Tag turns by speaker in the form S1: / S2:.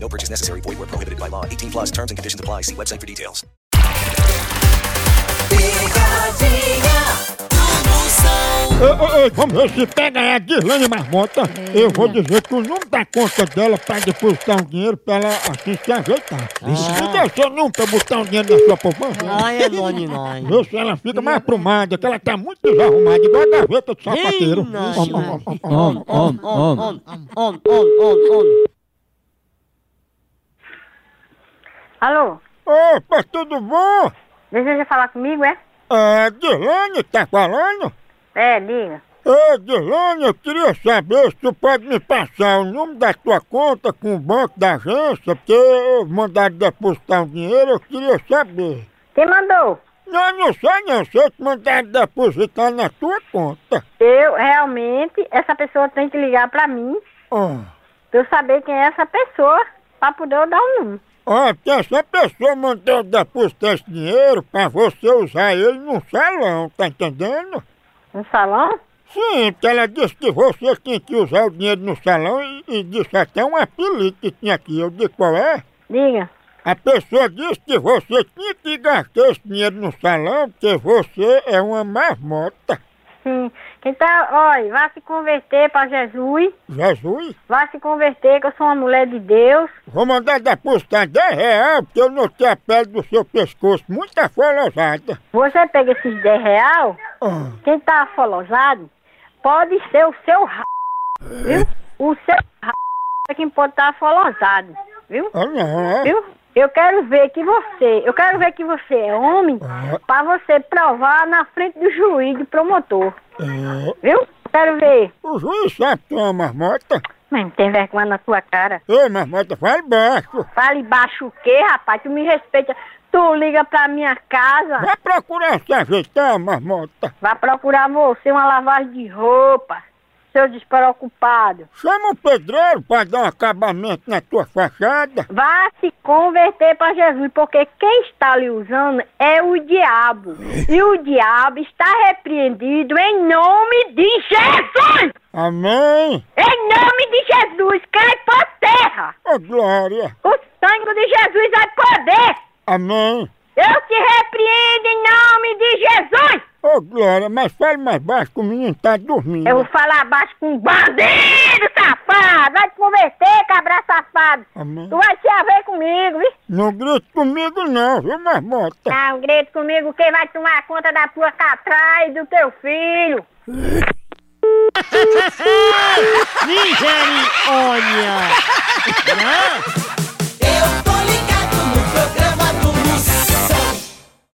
S1: No purchase necessary. Void where prohibited by law. 18 plus terms and conditions apply. See website for details.
S2: Picadinha do Moção.
S3: Ô, ô, ô, Vamos ver se pega aí a Guilherme Marmota. Eu vou dizer que o número da conta dela pra depositar um dinheiro pra ela assim se ajeitar. Não deixa eu nunca botar um dinheiro na sua poupança.
S4: Ai, é noni, noni.
S3: Vê se ela fica mais aprumada, que ela tá muito desarrumada, igual a gaveta do sapateiro.
S4: Ih,
S3: Om,
S4: nossa.
S3: om, om, om, om.
S4: Om, om, om, om, om, om.
S5: Alô,
S3: Opa, tudo bom?
S5: deseja falar comigo, é?
S3: É, Guilherme tá falando?
S5: É, diga.
S3: Ô, Guilherme, eu queria saber se tu pode me passar o número da tua conta com o banco da agência, porque eu mandar depositar um dinheiro, eu queria saber.
S5: Quem mandou?
S3: Não, não sei não, se eu te mandar depositar na tua conta.
S5: Eu, realmente, essa pessoa tem que ligar pra mim
S3: Ó,
S5: pra eu saber quem é essa pessoa pra poder eu dar um, o número.
S3: ó, porque ah, essa pessoa mandou depositar esse dinheiro pra você usar ele num salão, tá entendendo?
S5: Um salão?
S3: Sim, porque ela disse que você tinha que usar o dinheiro no salão e, e disse até um apelido que tinha aqui. Eu disse qual é?
S5: Diga.
S3: A pessoa disse que você tinha que gastar esse dinheiro no salão porque você é uma marmota.
S5: Sim. Então, olha, vá se converter pra Jesus.
S3: Jesus,
S5: Vá se converter, que eu sou uma mulher de Deus.
S3: vou mandar depositar 10 reais porque eu notei a pele do seu pescoço muito afolosada.
S5: Você pega esses 10 real,
S3: Ah.
S5: quem tá afolosado, pode ser o seu r... viu? O seu r... é quem pode estar tá afolosado, viu?
S3: Ah, não, é?
S5: Viu? Eu quero ver que você, eu quero ver que você é homem
S3: ah,
S5: pra você provar na frente do juiz, do promotor,
S3: É.
S5: viu? Quero ver.
S3: O juiz sabe que é uma marmota.
S5: Mas não tem vergonha na tua cara.
S3: Ei, marmota, fala baixo.
S5: Fale baixo o quê, rapaz? Tu me respeita. Tu liga pra minha casa,
S3: Vai procurar se ajeitar, marmota.
S5: vai procurar você uma lavagem de roupa, seu despreocupado.
S3: Chama um pedreiro pra dar um acabamento na tua fachada.
S5: Vá se converter pra Jesus, porque quem está lhe usando é o diabo. E o diabo está repreendido em nome de Jesus!
S3: Amém.
S5: Em nome de Jesus, cai por terra!
S3: Ô, glória.
S5: O sangue de Jesus é poder!
S3: Amém.
S5: Eu te repreendo em nome de Jesus!
S3: Ô, Glória, mas fale mais baixo que o menino tá dormindo.
S5: Eu vou falar baixo com um bandido safado! Vai te converter, cabra safado!
S3: Amém.
S5: Tu vai se haver comigo, viu?
S3: Não grite comigo não, viu, marmota?
S5: Dá um grito comigo, quem vai tomar conta da tua catraia e do teu filho?
S4: Nigeri, olha. Não?